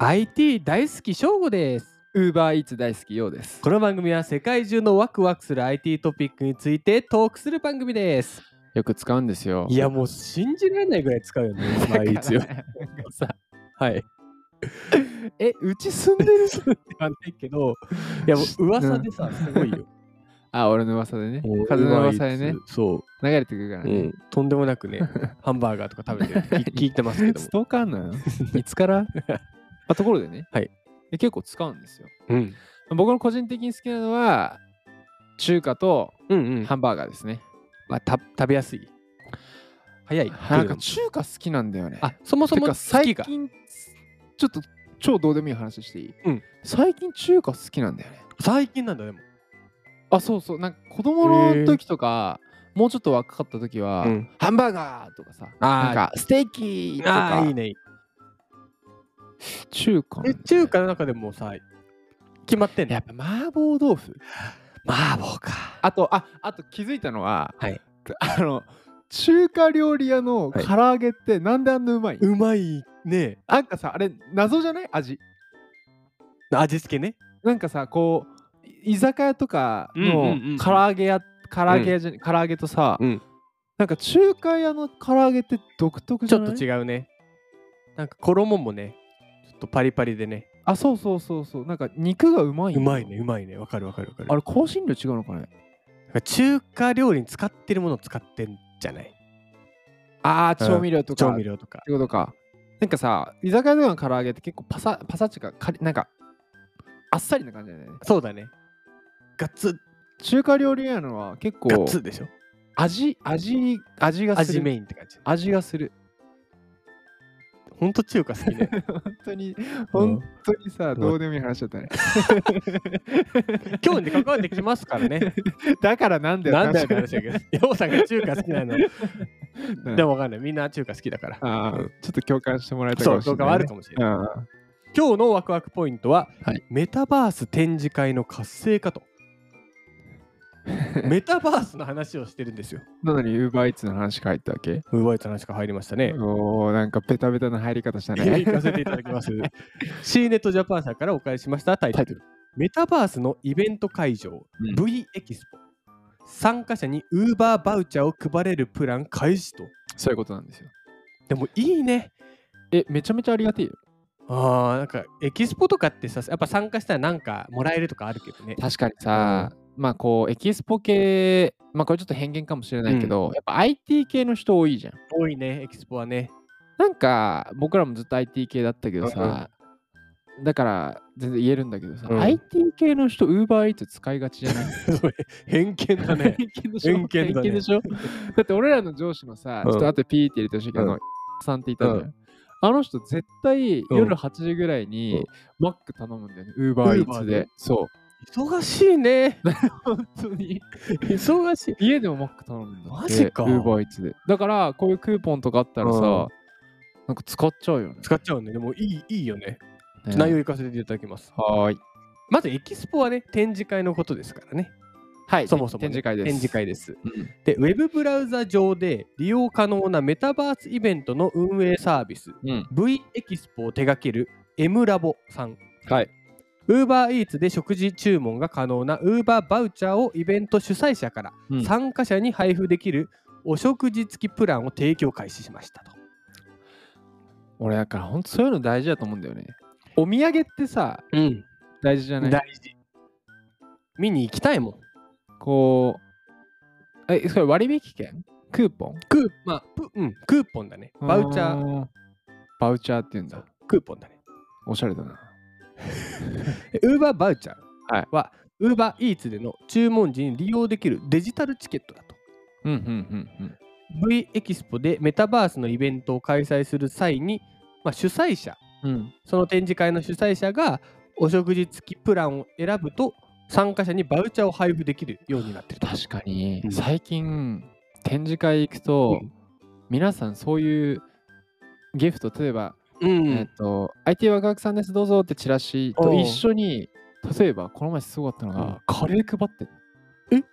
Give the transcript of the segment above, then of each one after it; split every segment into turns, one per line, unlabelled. IT 大好き翔吾です。UberEats 大好きようです。
この番組は世界中のワクワクする IT トピックについてトークする番組です
よく使うんですよ。
いやもう信じられないぐらい使うよね まあいいですよさはい
え、うち住んでる
ではないけどいやもう噂でさすごいよ
あ、俺の噂でね。風の噂でね。
そ
流れてくるから
う、う
ね。
ん、とんでもなくね ハンバーガーとか食べてるって聞聞いてますけども
ストーカー なのいつからあところでね、
はい
で結構使うんですよ。
うん
僕の個人的に好きなのは、中華と
うんうん
ハンバーガーですね。
まあ、た食べやすい早い
なんか中華好きなんだよね。
あそもそ
て
も
か
好き
最
が
近、ちょっと超どうでもいい話していい、
うん
最近中華好きなんだよね。
最近なんだでも
あそうそうなんか子供の時とか、もうちょっと若かった時は、
うん
ハンバーガーとかさ
あー
なんかステーキと
あ
か
あいいね
中華なんだ
え
よね
中華の中でもさ決まってんの
やっぱ麻婆豆腐
麻婆か
あとああと気づいたのは、
はい
あの中華料理屋の
はい
唐揚げってなんであんなうまい、
うまいね
なんかさあれ謎じゃない味
味付けね
なんかさこうい居酒屋とか
うんうんうんうん
の唐揚げや唐揚げ屋じゃ、唐揚げとさ、
うん
なんか中華屋の唐揚げって独特
ち
じゃ
ょ
な
っ
い
と違うねなんか衣もねちょっとパリパリでね
あそうそうそうそうなんか肉がうまい
う
んだよ
まいねうまいねわかるわかるわかる
あれ香辛料違うのかね
なんか中華料理に使ってるものを使ってんじゃない
ああ
うん
調味料とか、
調味
っ
料とか
てことかなんかさ居酒屋とかの唐揚げって結構パサパサっちかかりなんかあっさりな感じだよね
そうだねガッツ
中華料理屋のは結
ガ
構
ッツでしょ
味味味がす
味
る
メ
味
インって感じ
がする
ほんと中華好きね
本当に本当にさ、どうでもいい話だったね
今日に関わってきますからね
だからなんだよ
なんだよって話だけど 山さんが中華好きなの
うん
でもわかんないみんな中華好きだから
あーちょっと共感してもらえたか
そう評
もしれ
価は
な
いあ
ね、
るかもしれない今日のワクワクポイントは、
はい
メタバース展示会の活性 化とメタバースの話をしてるんですよ。
うん、なのに UberEats の話書いたわけ
ウーバーイーツの話が入りましたね。
おーなんかベタベタな入り方したね
行 かせていただきます。C ネットジャパンさんからお返ししましたタイトル。メタバースのイベント会場、
ん
V エキスポ。参加者にウーバーバウチャーを配れるプラン開始と。
そういうことなんですよ
でもいいね。
えめちゃめちゃありがてえよ
ああ、なんかエキスポとかってさ、やっぱ参加したらなんかもらえるとかあるけどね。
確かにさ、まあこうエキスポ系まあこれちょっと偏見かもしれないけど、やっぱ IT 系の人多いじゃん
多いね、エキスポはね。
なんか僕らもずっと IT 系だったけ
う
ど
んう
さ、だから全然言えるんだけどさ、
うん
IT 系の人 UberEats 使いがちじゃない
それ偏見だ ね。
偏見でしょ
偏見だね
でしょだって俺らの上司のさ、
うん
ちょっと後でピーって入れてほしいけど、
うん
あのさんっていたじゃん、
う
あの人絶対
ん
夜8時ぐらいにマック頼むんだよね、UberEats で
で。
そう。
忙しいね。
本当 に。
忙しい。
家でもマック頼むんだって
マジか
UberEats でだからこういうクーポンとかあったらさ、
うん
なんか使っちゃうよね
使っちゃうね。でもいいいいよね。
ね
内容行かせていただきます。
はーい
まずエキスポはね、展示会のことですからね。
はい
そもそもね、
展示会です
展示会です。
うん
で、ウェブブラウザ上で利用可能なメタバースイベントの運営サービス、
うん、
V エキスポを手掛ける M ラボさん。
はい。
Uber Eats で食事注文が可能な Uber バウチャーをイベント主催者から
うん
参加者に配布できるお食事付きプランを提供開始しましたと。
俺だからほんとそういうの大事だと思うんだよねお土産ってさ
うん、
大事じゃない
大事見に行きたいもん
こうえそれ割引券クーポン
クー,、まあプうん、クーポンだねバウチャー
ーバウチャーって言うんだ
クーポンだね
おしゃれだな
ウーバーバウチャ
はい
ーはウーバーイーツでの注文時に利用できるデジタルチケットだと
うんうんうん
V エキスポでメタバースのイベントを開催する際に、まあ、主催者
うんうん
その展示会の主催者がお食事付きプランを選ぶと参加者にバウチャーを配布できるようになってると
確かに、
うん
最近展示会行くと、
うん
皆さんそういうギフト例えば、
う
えっ、と IT ワクワクさんですどうぞってチラシ
お
と
う
一緒に例えばこの前すごかったのが、
うん
カレー配ってん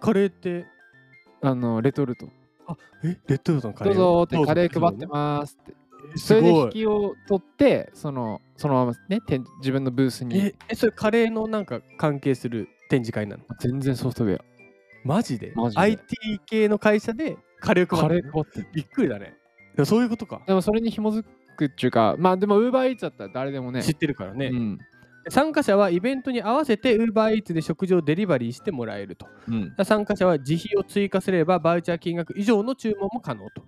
カレーって
のあのレトルト
えレトルトのカ
ど
レ
う
ー
ぞーってカレー配ってますって
え
それ
す
で
ご
引
い
きを取ってそのそのままね、展自分のブースに
え、えそれカレーのなんか関係する展示会なの
全然ソフトウェア。
マジで
マジで
?IT 系の会社でカレーを配
カ
っ
レ
てる
ー配ってる
びっくりだね。でもそういうことか。
でもそれに紐づくっていうか、まあでも UberEats だったら誰でもね。
知ってるからね、
うん。
参加者はイベントに合わせて UberEats で食事をデリバリーしてもらえると。
うん、
参加者は自費を追加すればバウチャー金額以上の注文も可能と。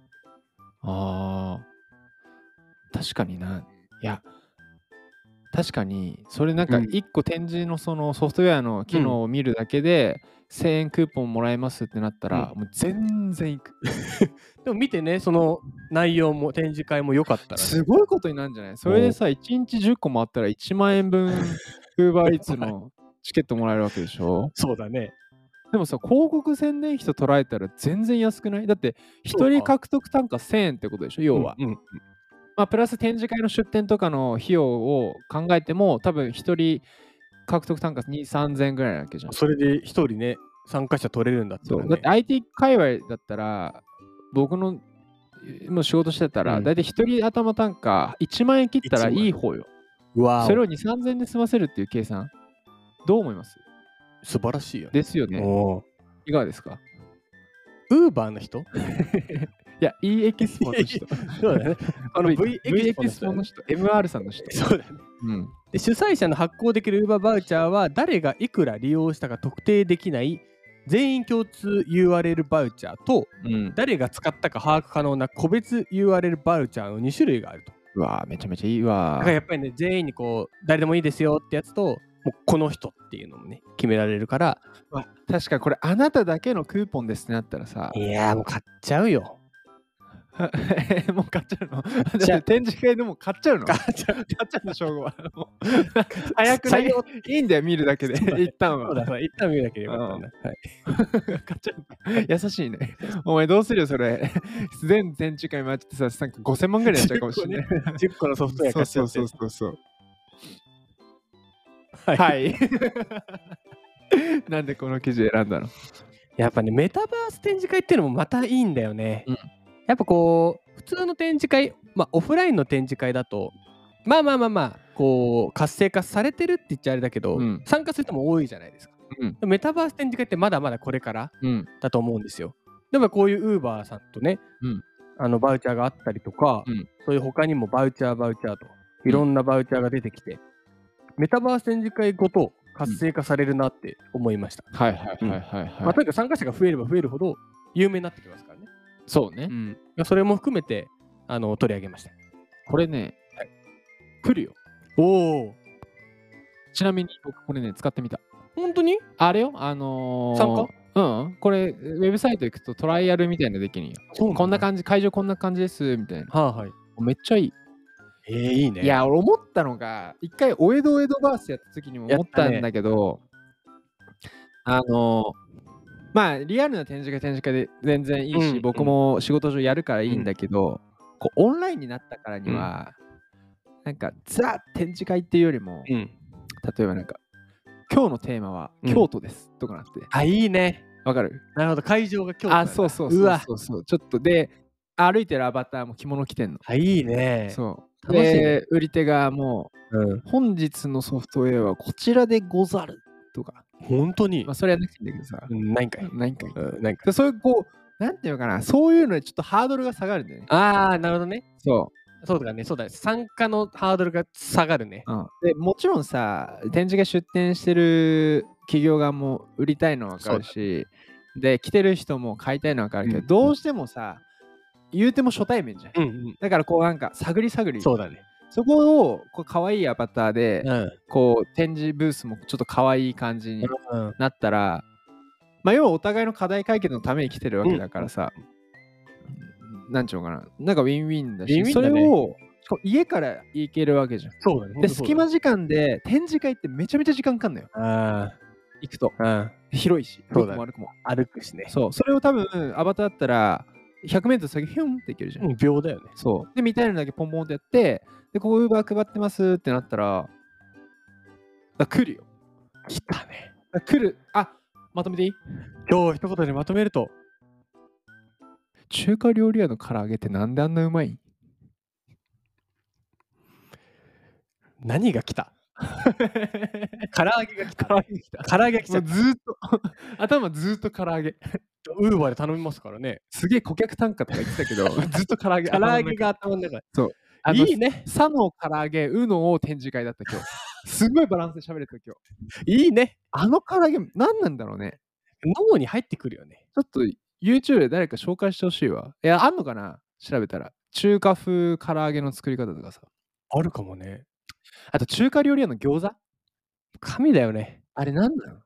ああ。確かにな。いや。確かに、それなんか
うん
一個展示のそのソフトウェアの機能を見るだけで、1000円クーポンもらえますってなったら、もう全然いく。
でも見てね、その内容も展示会も良かったら、ね、
すごいことになるんじゃないそれでさ、1日10個もあったら1万円分、UberEats の チケットもらえるわけでしょ
そうだね。
でもさ、広告宣伝費と捉えたら全然安くないだって、
そうか
1人獲得単価1000円ってことでしょ要は。
うんうん
まあ、プラス展示会の出店とかの費用を考えても、多分1人獲得単価2、3000円ぐらいなわけじゃん。
それで一人ね、参加者取れるんだった
そ
ら、
うだっ
ね
て。IT 界隈だったら、僕のもう仕事してたら、
うん
だいたい1人頭単価1万円切ったらいい方よ。
うわー
それを2、3000円で済ませるっていう計算、どう思います
素晴らしいよね。
ですよね。
お
いかがですか
ウーバーの人
いや、E エキスポの人、
そうだね。あの V エ
V
キ
エキ
ス
ス
ポ
ポ
の
の人、MR さんの人。
そうだね。
うん、
で主催者の発行できる Uber バウチャーは誰がいくら利用したか特定できない全員共通 URL バウチャーと
うん。
誰が使ったか把握可能な個別 URL バウチャーの2種類があると。
うわぁ、めちゃめちゃいい
だ
わ
からやっぱりね全員にこう誰でもいいですよってやつともうこの人っていうのもね決められるから
確かこれ、あなただけのクーポンですってなったらさ、
いやーもう買っちゃうよ。
もう買っちゃうの
ちゃう
展示会でもう買っちゃうの
買
買
っちゃう。
っちゃうの、正午は。もう早くない
採用
いいんだよ、見るだけで、
そうだね
一旦
そう
は。
だそうだ一旦見なきゃよかったんだ。はい
買っちゃう優しいね。お前どうするよ、それ。 全展示会回ってさ、なんか5000万ぐらいやっちゃうかもしれない。
10個のソフトウェア
そ
買
う
っち
そ
ゃっ
う
て
そうそうそう。
はい
はい。なんでこの記事選んだの
やっぱねメタバース展示会っていうのもまたいいんだよね、
うん
やっぱこう普通の展示会まあオフラインの展示会だとまあまあまあまあこう活性化されてるって言っちゃあれだけど、
うん
参加する人も多いじゃないですか、メタバース展示会ってまだまだこれから
うん。
だと思うんですよでもこういうウーバーさんとね、
うん
あのバウチャーがあったりとか、
うん
そういう他にもバウチャーバウチャーといろんなバウチャーが出てきて、メタバース展示会ごと活性化されるなって思いました、
はいはいはいはい、はい
まあ、とにかく参加者が増えれば増えるほど有名になってきますからね。
そうね。
それも含めてあの取り上げました。
これね、来るよ。
おお、
ちなみに僕これね、使ってみた。
本当に
あれよ、あのー、
参
うんうん、これ、ウェブサイト行くとトライアルみたいなのできるんよ。
そう
こんな感じ、会場こんな感じです、みたいな。
じ。はいはい。
めっちゃいい。
えー、いいね
いや、俺思ったのが、一回、お江戸お江戸バースやった時にも
やっ
思ったた
ね
んだけど、あの、まあ、リアルな展示会、展示会で全然いいし、
うん
僕も仕事上やるからいいんだけど、こうオンラインになったからには、なんか、ザ展示会っていうよりも、
うん。
例えばなんか、今日のテーマは
うん
京都です、とかなって、
あ、いいね。
わかる
なるほど、会場が今日。
あ、そうそうそうう
わ
そうそう。ちょっとで、歩いてるアバターも着物着てんの。
あ、いいね。
そう。
楽しいね
で、売り手がもう、
うん。
本日のソフトウェアはこちらでござるとか、
本当に
まあ、。それはなくていいんだけどさ、
うんないんかい。
何回か。
うん、ないんかい。
でそういう、こう、なんていうのかな、そういうのにちょっとハードルが下がるんだよね。
ああ、なるほどね。
そ
そうだね、そうだね。参加のハードルが下がるね。
う、うんで。もちろんさ、展示が出展してる企業側も売りたいのは分かるし、で、来てる人も買いたいのは分かるけど、
うん
どうしてもさ、言うても初対面じゃん。
うんうん。
だからこうなんか探り探り
そうだね。
そこをこう可愛いアバターで、
ん。
こう展示ブースもちょっと可愛い感じに
うん。
なったら、まあ要はお互いの課題解決のために来てるわけだからさ、なんちゅうのかな、なんかウィンウィンだし、
ウィンウィン
そ
だね
れをしかも家から行けるわけじゃん。
そうだね。
で、隙間時間で展示会ってめちゃめちゃ時間かかんのよ、
あ
行くと。
あ。
広いし、
そうだね
歩くも歩くも。
うん。歩くしね。
そう、それを多分アバターだったら、100メートル先ヒュンって行けるじゃん。
うん、秒だよね。
そう。で、見たいのだけポンポンってやって、で、ここウーバー配ってますってなったら、あ来るよ。
来たね。
あ来る。あまとめていい
今日一言でまとめると
中華料理 屋の唐揚げってなんであんなうまい
何が 来た唐揚げが来た。
唐揚げきた。
唐揚げが来ち
も
ゃ
う
った。
ずーっと、 頭ずーっと唐揚げ。
ウーバーで頼みますからね。
すげえ顧客単価とか言って たけど、ずっと唐揚げ。
唐揚げが頭の中
あの
に。いいね。
サの唐揚げ、ウのを展示会だった今日。すごいバランスで喋れた今日。
いいね。
あの唐揚げ、何なんだろうね。
脳に入ってくるよね。
ちょっと YouTube で誰か紹介してほしいわ。いや、あんのかな調べたら。中華風唐揚げの作り方とかさ。
あるかもね。
あと中華料理屋の餃子
神だよね。
あれ何なの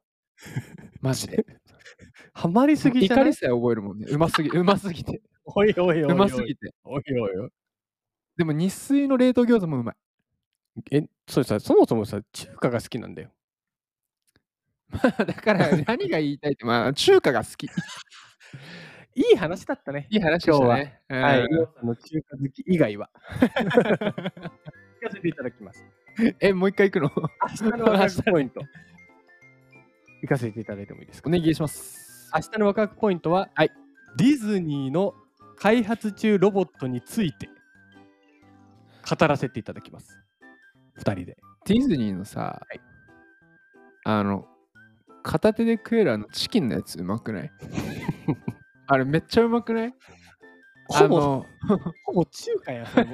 マジで。
ハマりすぎじゃ
怒
ない
りさえ覚えるもんね。うますぎ、うますぎて。
おいおいおいおい。
うますぎて。
おいおいおい。
でも日水の冷凍餃子も うまい。
え、そうさ、そもそもさ、中華が好きなんだよ。
だから何が言いたいって、まあ中華が好き。い
いい話だったね。
い話でしたね。
はい。
うん
イオンさんの中華好き以外 は。聞かせていただきます。
え、もう一回行くの
明日のワクワクポイント。行かせていただいてもいいですか
お願いします。
明日のワクワクポイントは、
はい
ディズニーの開発中ロボットについて語らせていただきます。2人で。
ディズニーのさ、
はい
あの、片手で食えるあのチキンのやつうまく ないあれめっちゃうまくないあ
ほぼ
の、
ほぼ中華やん。それも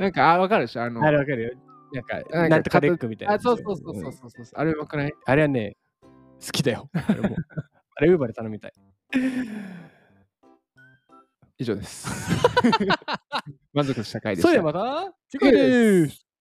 なんか、あ、わかるでしょあの、
あれわかるよ。
なんか、
なんとかレックみたいな。
あ、そうそうそうそうそうそう、あれうまくない
あれはね、好きだよ。あれ もあれ、ウーバーで頼みたい。
以上です。満足した回でし
そ
た。
れではまた次
回
回
で
ですす。